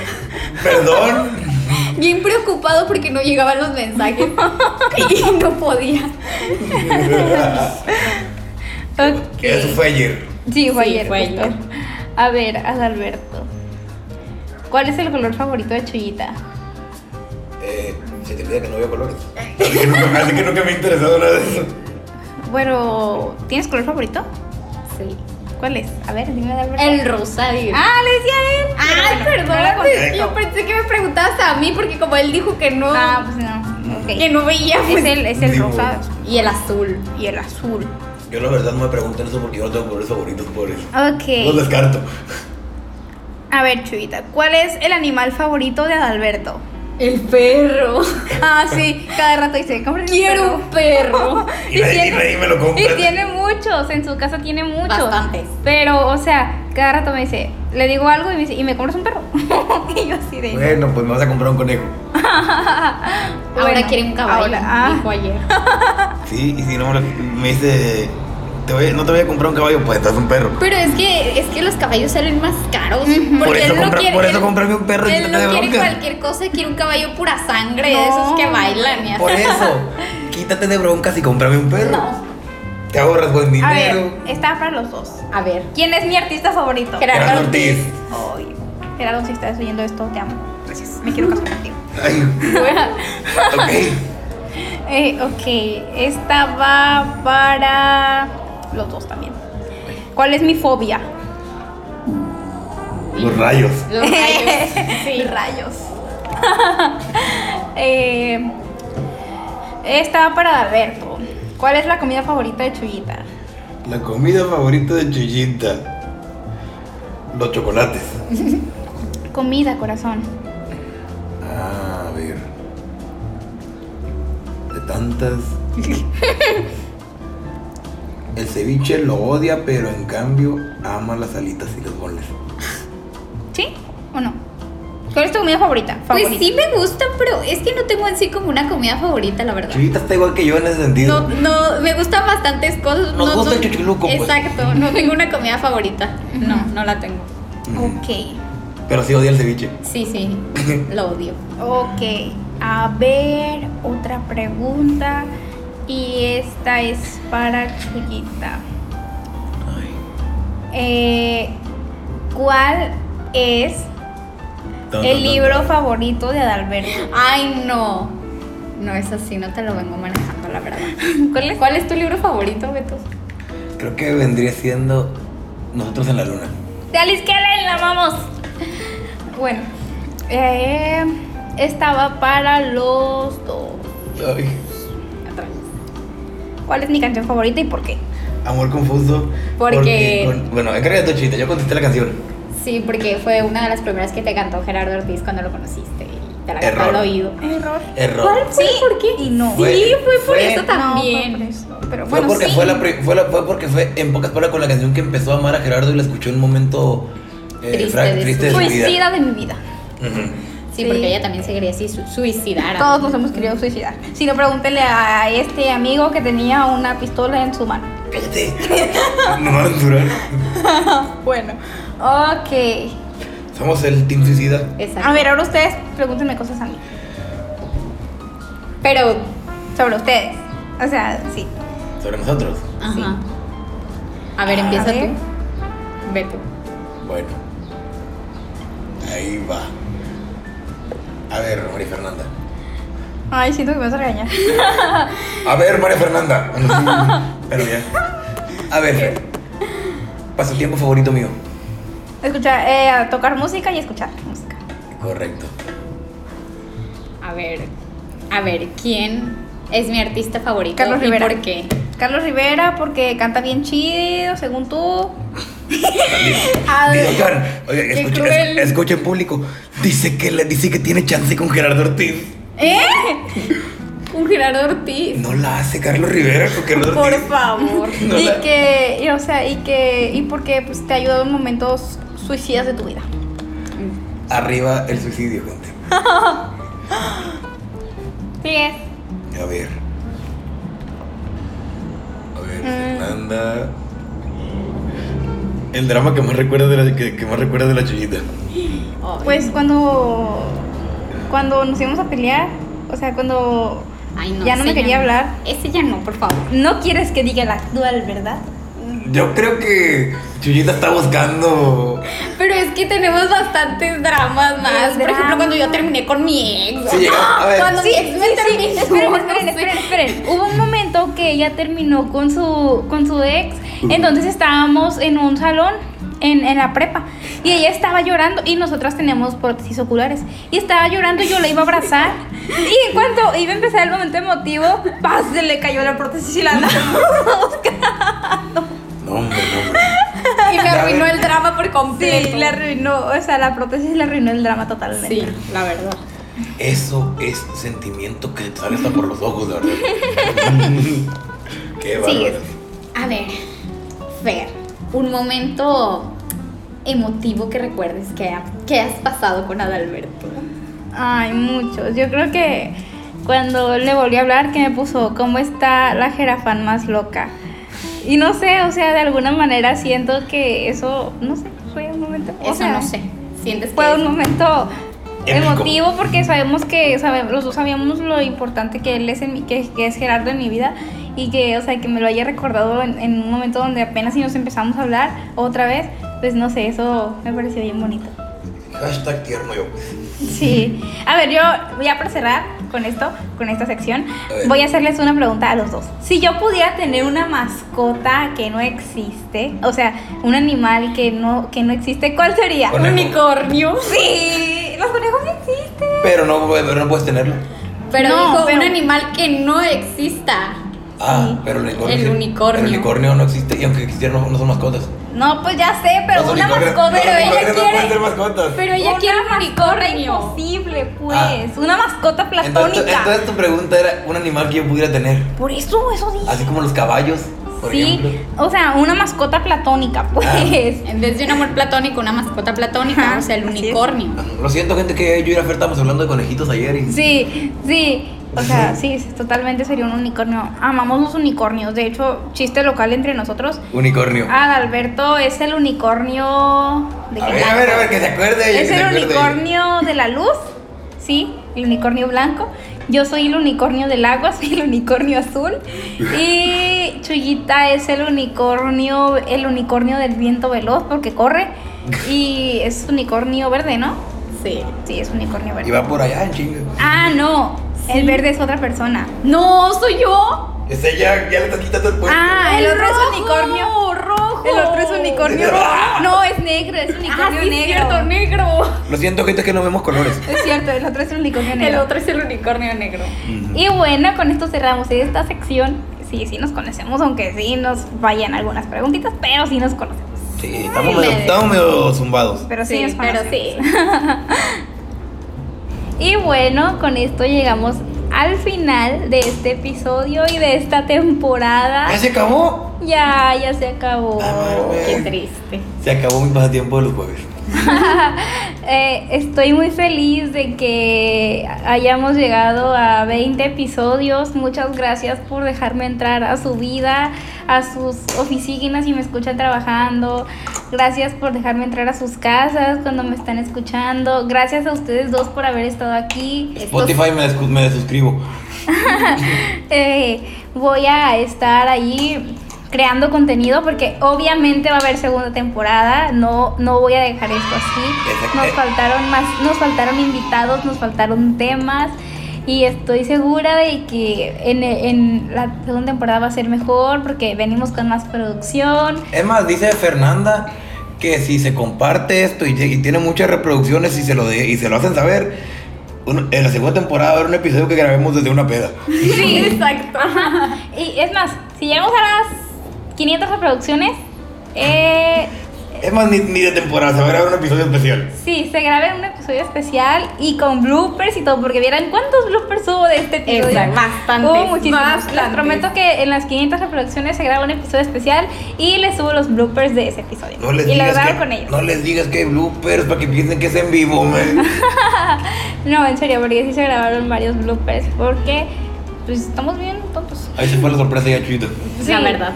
D: Perdón.
E: Bien preocupado porque no llegaban los mensajes y no podía.
C: Ok.
D: Eso fue ayer.
C: Sí, fue
E: Sí,
C: ayer.
E: fue
C: justo.
E: ayer.
C: A ver, Adalberto. ¿Cuál es el color favorito de Chuyita?
D: Eh, se te olvida que no veo colores. Así que nunca, así que nunca me ha interesado nada de eso.
C: Bueno, ¿tienes color favorito?
E: Sí.
C: ¿Cuál es? A ver, dime Adalberto.
E: El rosa, digo.
C: Ah, le decía a él.
E: Ay,
C: Pero bueno, no lo
E: perdón,
D: conozco.
E: yo pensé que me preguntabas a mí porque como él dijo que no,
C: Ah, pues no. Ok.
E: que no veía,
C: Es
E: pues...
C: el, es el
D: Digo.
C: rosado
E: Y el azul.
C: y el azul.
D: Yo la verdad no me preguntan eso porque yo no tengo colores favoritos por eso. Los
C: Ok.
D: descarto.
C: A ver, Chuyita, ¿cuál es el animal favorito de Adalberto?
E: El perro.
C: Ah, sí, cada rato dice, "Cómprale un
E: Quiero
C: perro".
E: un perro.
D: Y, nadie- y nadie me lo compra.
C: y tiene muchos, en su casa tiene muchos.
E: Bastantes.
C: Pero, o sea, cada rato me dice, le digo algo y me dice, ¿y me compras un perro? y yo así de...
D: Bueno, pues me vas a comprar un conejo.
E: ahora
C: Bueno,
E: quiere un caballo,
C: ahora, ah.
E: dijo ayer.
D: Sí, y si no me, lo- me dice, te voy- no te voy a comprar un caballo, pues estás un perro.
E: Pero es que es que los caballos salen más caros.
D: Por eso
E: él no
D: compra-
E: quiere,
D: por eso
E: él-
D: cómprame un perro y no
E: Él
D: te
E: no
D: dé
E: quiere
D: bronca.
E: cualquier cosa, quiere un caballo pura sangre, de
C: No.
E: esos que bailan y así.
D: Por eso, quítate de broncas y cómprame un perro.
E: No.
D: Te ahorras buen
C: A ver,
D: dinero.
C: está para los dos.
E: A ver.
C: ¿Quién es mi artista favorito?
E: Gerardo.
D: Gran
E: Ortiz.
D: Ortiz.
C: Ay, Gerardo, si estás oyendo esto, te amo. Gracias. Me quiero casar contigo.
D: Ay, ok.
C: Eh, ok, esta va para los dos también. ¿Cuál es mi fobia?
D: Los rayos.
E: Los rayos. Sí.
C: Rayos. eh, estaba para ver, po. ¿cuál es la comida favorita de Chuyita?
D: La comida favorita de Chuyita. Los chocolates.
C: Comida, corazón.
D: Ah, a ver. De tantas. El ceviche lo odia, pero en cambio ama las alitas y los boles.
C: ¿Sí o no? ¿Cuál es tu comida favorita?
E: Pues
C: Favorita.
E: sí me gusta, pero es que no tengo en sí como una comida favorita, la verdad.
D: Chuyita está igual que yo en ese sentido.
E: No, no, me gustan bastantes cosas.
D: Nos
E: no,
D: gusta el
E: no-
D: chuchiluco, pues.
E: Exacto, no tengo una comida favorita. No, no la tengo.
D: Mm,
C: Ok.
D: Pero sí odia el ceviche.
E: Sí, sí, lo odio.
C: Ok, a ver, otra pregunta. Y esta es para Chuyita. Eh, ¿Cuál es
D: Tan, tan,
C: el libro
D: tan.
C: favorito de Adalberto?
E: Ay, no. No es así, no te lo vengo manejando, la verdad. ¿Cuál es, cuál es tu libro favorito, Beto?
D: Creo que vendría siendo Nosotros en la Luna.
C: ¡De Alice Kellen, la amamos! Bueno, eh, esta va para los dos.
D: Ay,
C: ¿Cuál es mi canción favorita y por qué?
D: amor confuso.
E: Porque-
D: con- bueno, encárgate Chuyita, yo contesté la canción.
E: Sí, porque fue una de las primeras que te cantó Gerardo Ortiz cuando lo conociste. Y te la cantó
D: Error.
E: al oído.
C: Error.
D: Error.
E: Sí, ¿por qué?
C: Y no.
D: Fue-
E: sí, fue por
D: fue-
E: eso
C: No,
E: también.
C: fue por eso, Pero
D: Fue
C: bueno,
D: porque
C: sí.
D: fue, la, pri- fue la- fue porque fue en pocas palabras con la canción que empezó a amar a Gerardo y la escuchó en un momento eh,
E: Triste
D: fra-
E: de su-
D: triste de su vida.
C: Suicida de mi vida.
D: Ujú.
E: sí,
C: Sí.
E: porque ella también se quería así su- suicidar.
C: Todos nos hemos querido suicidar. Si no, pregúntele a este amigo que tenía una pistola en su mano.
D: Cállate. no van a durar.
C: Bueno, ok.
D: Somos el Team Suicida.
E: Exacto.
C: A ver, ahora ustedes pregúntenme cosas a mí.
E: pero.
C: Sobre ustedes. O sea, sí.
D: Sobre nosotros.
E: Ajá. A ver, empieza
C: A ver.
E: tú. Beto.
D: Bueno. Ahí va. A ver, María Fernanda.
C: Ay, siento que me vas a regañar.
D: A ver, María Fernanda. Pero ya. A ver. Pasatiempo favorito mío.
C: Escuchar, eh, tocar música y escuchar música.
D: Correcto.
E: A ver. A ver, ¿quién es mi artista favorito?
C: Carlos
E: ¿Y
C: Rivera.
E: por qué?
C: Carlos Rivera porque canta bien chido, según tú. A ver.
D: Oigan, oigan,
E: Qué
D: escuchen,
E: cruel.
D: es- escuchen, público. Dice que le dice que tiene chance con Gerardo Ortiz.
E: Un Gerardo Ortiz.
D: No la hace Carlos Rivera con Gerardo
C: Por
D: Ortiz.
C: favor.
D: No
C: y
D: la-
C: que, y, o sea, y que, y porque pues, te ha ayudado en momentos suicidas de tu vida.
D: Arriba el suicidio, gente.
C: Bien.
D: A ver. A ver, Fernanda. El drama que más recuerda de la, que, que más recuerda de la chillita.
E: Ay.
C: Pues cuando, cuando nos íbamos a pelear, o sea, cuando
E: Ay, no,
C: ya no
E: ese
C: me quería hablar.
E: Ese ya no, por favor.
C: No quieres que diga la actual, ¿verdad?
D: Yo creo que Chuyita está buscando.
E: Pero es que tenemos bastantes dramas más. Por ejemplo, cuando yo terminé con mi ex.
D: Si llega- a ver,
E: Cuando mi ex me terminó.
C: Esperen,
E: no
C: esperen,
E: sé.
C: esperen, esperen. Hubo un momento que ella terminó con su, con su ex, entonces estábamos en un salón. En, en la prepa y ella estaba llorando y nosotras tenemos prótesis oculares y estaba llorando y yo la iba a abrazar y en cuanto iba a empezar el momento emotivo ¡paz! se le cayó la prótesis y la
D: No, hombre, no, hombre.
E: Y me arruinó el drama por completo.
C: sí, le arruinó o sea la prótesis le arruinó el drama totalmente
E: Sí, la verdad.
D: Eso es sentimiento que te sale hasta por los ojos, de verdad. Qué bárbaro.
E: A ver, Fer, un momento emotivo que recuerdes que, ha- que has pasado con Adalberto.
C: Ay, muchos. Yo creo que cuando le volví a hablar, que me puso, ¿cómo está la jerafán más loca? Y no sé, o sea, de alguna manera siento que eso, no sé, fue un momento. o
E: Eso
C: sea,
E: no sé. ¿Sientes que
C: Fue un
E: es-
C: momento
D: Épico.
C: emotivo porque sabemos que, sabe- los dos sabíamos lo importante que él es, en mi- que, que es Gerardo en mi vida y que, o sea, que me lo haya recordado en, en un momento donde apenas si nos empezamos a hablar otra vez, pues no sé, eso me pareció bien bonito.
D: Hashtag tierno yo.
C: Sí. A ver, yo voy a para cerrar con esto, con esta sección.
D: A ver.
C: Voy a hacerles una pregunta a los dos. Si yo pudiera tener una mascota que no existe, o sea, un animal que no, que no existe, ¿cuál sería?
D: Conejo.
C: Unicornio. Sí. Los conejos sí existen.
D: Pero no, pero no puedes tenerlo.
E: Pero
C: No,
E: dijo
C: pero-
E: un animal que no exista.
D: Ah, pero el unicornio.
E: El
D: sí.
E: unicornio.
D: El unicornio no existe y aunque existiera no, no son mascotas.
C: No, pues ya sé, pero
D: Los
C: una
D: unicornios-
C: mascota.
D: los
E: pero ella
D: unicornios no
E: quiere-
D: pueden ser mascotas.
E: Pero ella
C: Una
E: quiere un
C: mascota
E: unicornio.
C: imposible, pues.
D: Ah.
C: Una mascota platónica.
D: Entonces, entonces tu pregunta era un animal que yo pudiera tener.
C: Por eso, eso dije.
D: Así como los caballos, por
C: sí,
D: ejemplo. Ah.
C: o sea, una mascota platónica, pues.
E: En vez de un amor platónico, una mascota platónica,
C: Ajá,
E: o sea, el
C: así es.
E: unicornio.
D: Ah, Lo siento, gente, que yo y la Fer estábamos hablando de conejitos ayer y.
C: Sí, sí. O sea, sí, sí, totalmente sería un unicornio. Amamos los unicornios. De hecho, chiste local entre nosotros.
D: Unicornio.
C: Ah. Adalberto es el unicornio. ¿de
D: a
C: qué
D: ver, a
C: lado?
D: ver, a ver, que se acuerde. ella,
C: Es
D: que se
C: el
D: acuerde.
C: unicornio de la luz, sí, el unicornio blanco. Yo soy el unicornio del agua, soy el unicornio azul. Y Chuyita es el unicornio, el unicornio del viento veloz porque corre. Y es unicornio verde, ¿no?
E: Sí.
C: Sí, es unicornio
D: Y
C: verde.
D: va por allá, en chinga.
C: Ah, no, el verde es otra persona.
E: No, soy yo.
D: Es ella, Este, ya le estás quitando el puesto.
C: Ah, el, otro
E: rojo,
C: es unicornio.
E: rojo.
C: El otro es unicornio rojo. No, es negro, es
E: Ah,
C: unicornio
E: sí,
C: negro.
E: cierto, negro.
D: Lo siento, gente, que no vemos colores.
C: Es cierto, el otro es el unicornio negro.
E: El otro es el unicornio negro.
D: Mm.
C: Y bueno, con esto cerramos esta sección. Sí, sí nos conocemos, aunque sí nos vayan algunas preguntitas, pero sí nos conocemos.
D: Sí, estamos
E: me
D: medio,
E: des-
D: estamos medio zumbados.
C: Pero sí,
E: Sí,
C: nos
E: pero
C: conocemos. y bueno, con esto llegamos al final de este episodio y de esta temporada.
D: ¿Ya se acabó?
C: Ya, ya se acabó.
D: Ah, bueno.
E: Qué triste.
D: Se acabó mi pasatiempo de los jueves.
C: Eh, estoy muy feliz de que hayamos llegado a 20 episodios. Muchas gracias por dejarme entrar a su vida, a sus oficinas si me escuchan trabajando. Gracias por dejarme entrar a sus casas cuando me están escuchando. Gracias a ustedes dos por haber estado aquí.
D: Spotify me, descu- me desuscribo.
C: Eh, voy a estar ahí creando contenido porque obviamente va a haber segunda temporada. No, no voy a dejar esto así.
D: Exacto.
C: Nos faltaron más, nos faltaron invitados, nos faltaron temas. Y estoy segura de que en, en la segunda temporada va a ser mejor porque venimos con más producción.
D: Es más, dice Fernanda que si se comparte esto y, y tiene muchas reproducciones y se lo, de- y se lo hacen saber, un- en la segunda temporada va a haber un episodio que grabemos desde una peda.
E: Sí, exacto.
C: Y es más, si llegamos a las 500 reproducciones, eh,
D: Es más, ni, ni de temporada, se va a grabar un episodio especial.
C: Sí, se grabé un episodio especial y con bloopers y todo, porque vieran cuántos bloopers hubo de este episodio.
E: Exacto, bastantes,
C: Hubo muchísimos. Les
E: bastantes.
C: prometo que en las 500 reproducciones se graba un episodio especial y les subo los bloopers de ese episodio.
D: No les
C: y lo
D: digas
C: grabo
D: que,
C: con ellos.
D: No les digas que hay bloopers para que piensen que es en vivo, man.
C: No, en serio, porque sí se grabaron varios bloopers, porque pues estamos bien tontos.
D: Ahí se fue la sorpresa ya, Chuyito.
E: La
C: Sí.
E: verdad.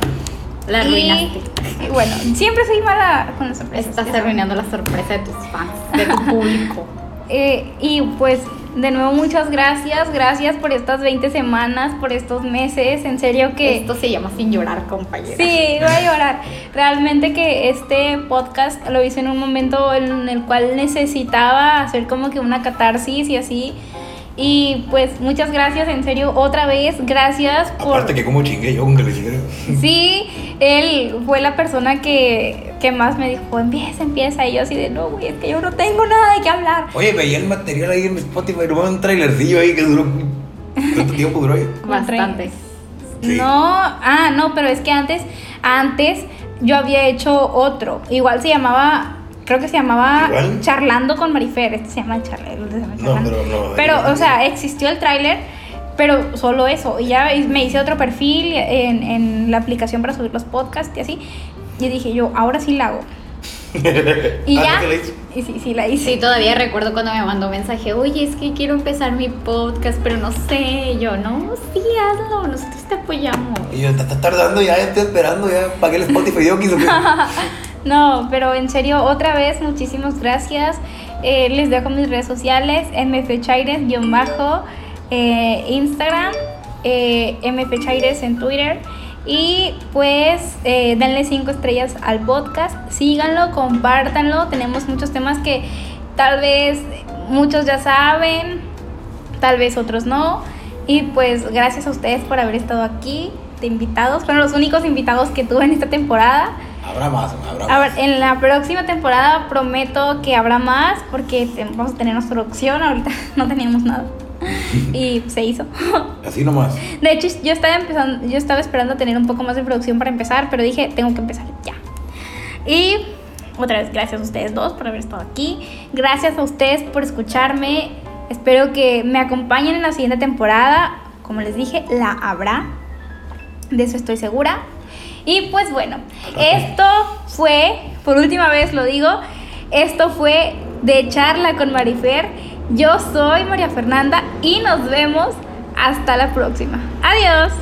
E: La arruinaste.
C: y, y bueno, siempre soy mala con las sorpresas.
E: Estás
C: ya saben.
E: arruinando la sorpresa de tus fans, de tu público.
C: Eh, y pues de nuevo muchas gracias, gracias por estas 20 semanas, por estos meses, en serio que...
E: Esto se llama sin llorar, compañera.
C: Sí, voy a llorar. Realmente que este podcast lo hice en un momento en el cual necesitaba hacer como que una catarsis y así. Y pues muchas gracias, en serio, otra vez, gracias por...
D: Aparte que como chingue yo con que le hicieron.
C: Sí, él fue la persona que, que más me dijo, empieza, empieza. Y yo así de, no, güey, es que yo no tengo nada de qué hablar.
D: Oye, veía el material ahí en Spotify, hubo un trailercillo ahí que duró... ¿Cuánto tiempo duró? ahí?
E: Bastante.
D: Sí.
C: No, ah, no, pero es que antes, antes yo había hecho otro. Igual se llamaba, creo que se llamaba
D: ¿Igual?
C: Charlando con Marifer. Este se llama Charla- el de-
D: No,
C: Charlando.
D: pero no.
C: Pero, o sea, existió el tráiler, pero solo eso. Y ya me hice otro perfil en, en la aplicación para subir los podcasts y así. Y dije yo, ahora sí la hago. Y
D: Ah,
C: ya.
D: ¿no te la hizo?
C: Y sí, sí la hice.
E: Sí, todavía recuerdo cuando me mandó mensaje, oye, es que quiero empezar mi podcast, pero no sé. Y Yo, no, sí, hazlo, nosotros te apoyamos.
D: Y yo, "Te estás tardando ya, estoy esperando ya. Pagué el Spotify yo quiso que.
C: No, pero en serio, otra vez, muchísimas gracias. Eh, les dejo mis redes sociales, mfchaires-bajo, eh, Instagram, eh, mfchaires en Twitter. Y pues eh, denle 5 estrellas al podcast, síganlo, compártanlo. Tenemos muchos temas que tal vez muchos ya saben, tal vez otros no. Y pues gracias a ustedes por haber estado aquí, de invitados. Fueron los únicos invitados que tuve en esta temporada.
D: Habrá más, habrá
C: A
D: más.
C: ver, en la próxima temporada prometo que habrá más porque te- vamos a tener nuestra producción. Ahorita no tenemos nada. y se hizo.
D: Así nomás.
C: De hecho, yo estaba empezando, yo estaba esperando tener un poco más de producción para empezar, pero dije, tengo que empezar ya. Y otra vez, gracias a ustedes dos por haber estado aquí. Gracias a ustedes por escucharme. Espero que me acompañen en la siguiente temporada. Como les dije, la habrá. De eso estoy segura. Y pues bueno, esto fue, por última vez lo digo, esto fue de charla con Marifer. Yo soy María Fernanda y nos vemos hasta la próxima. Adiós.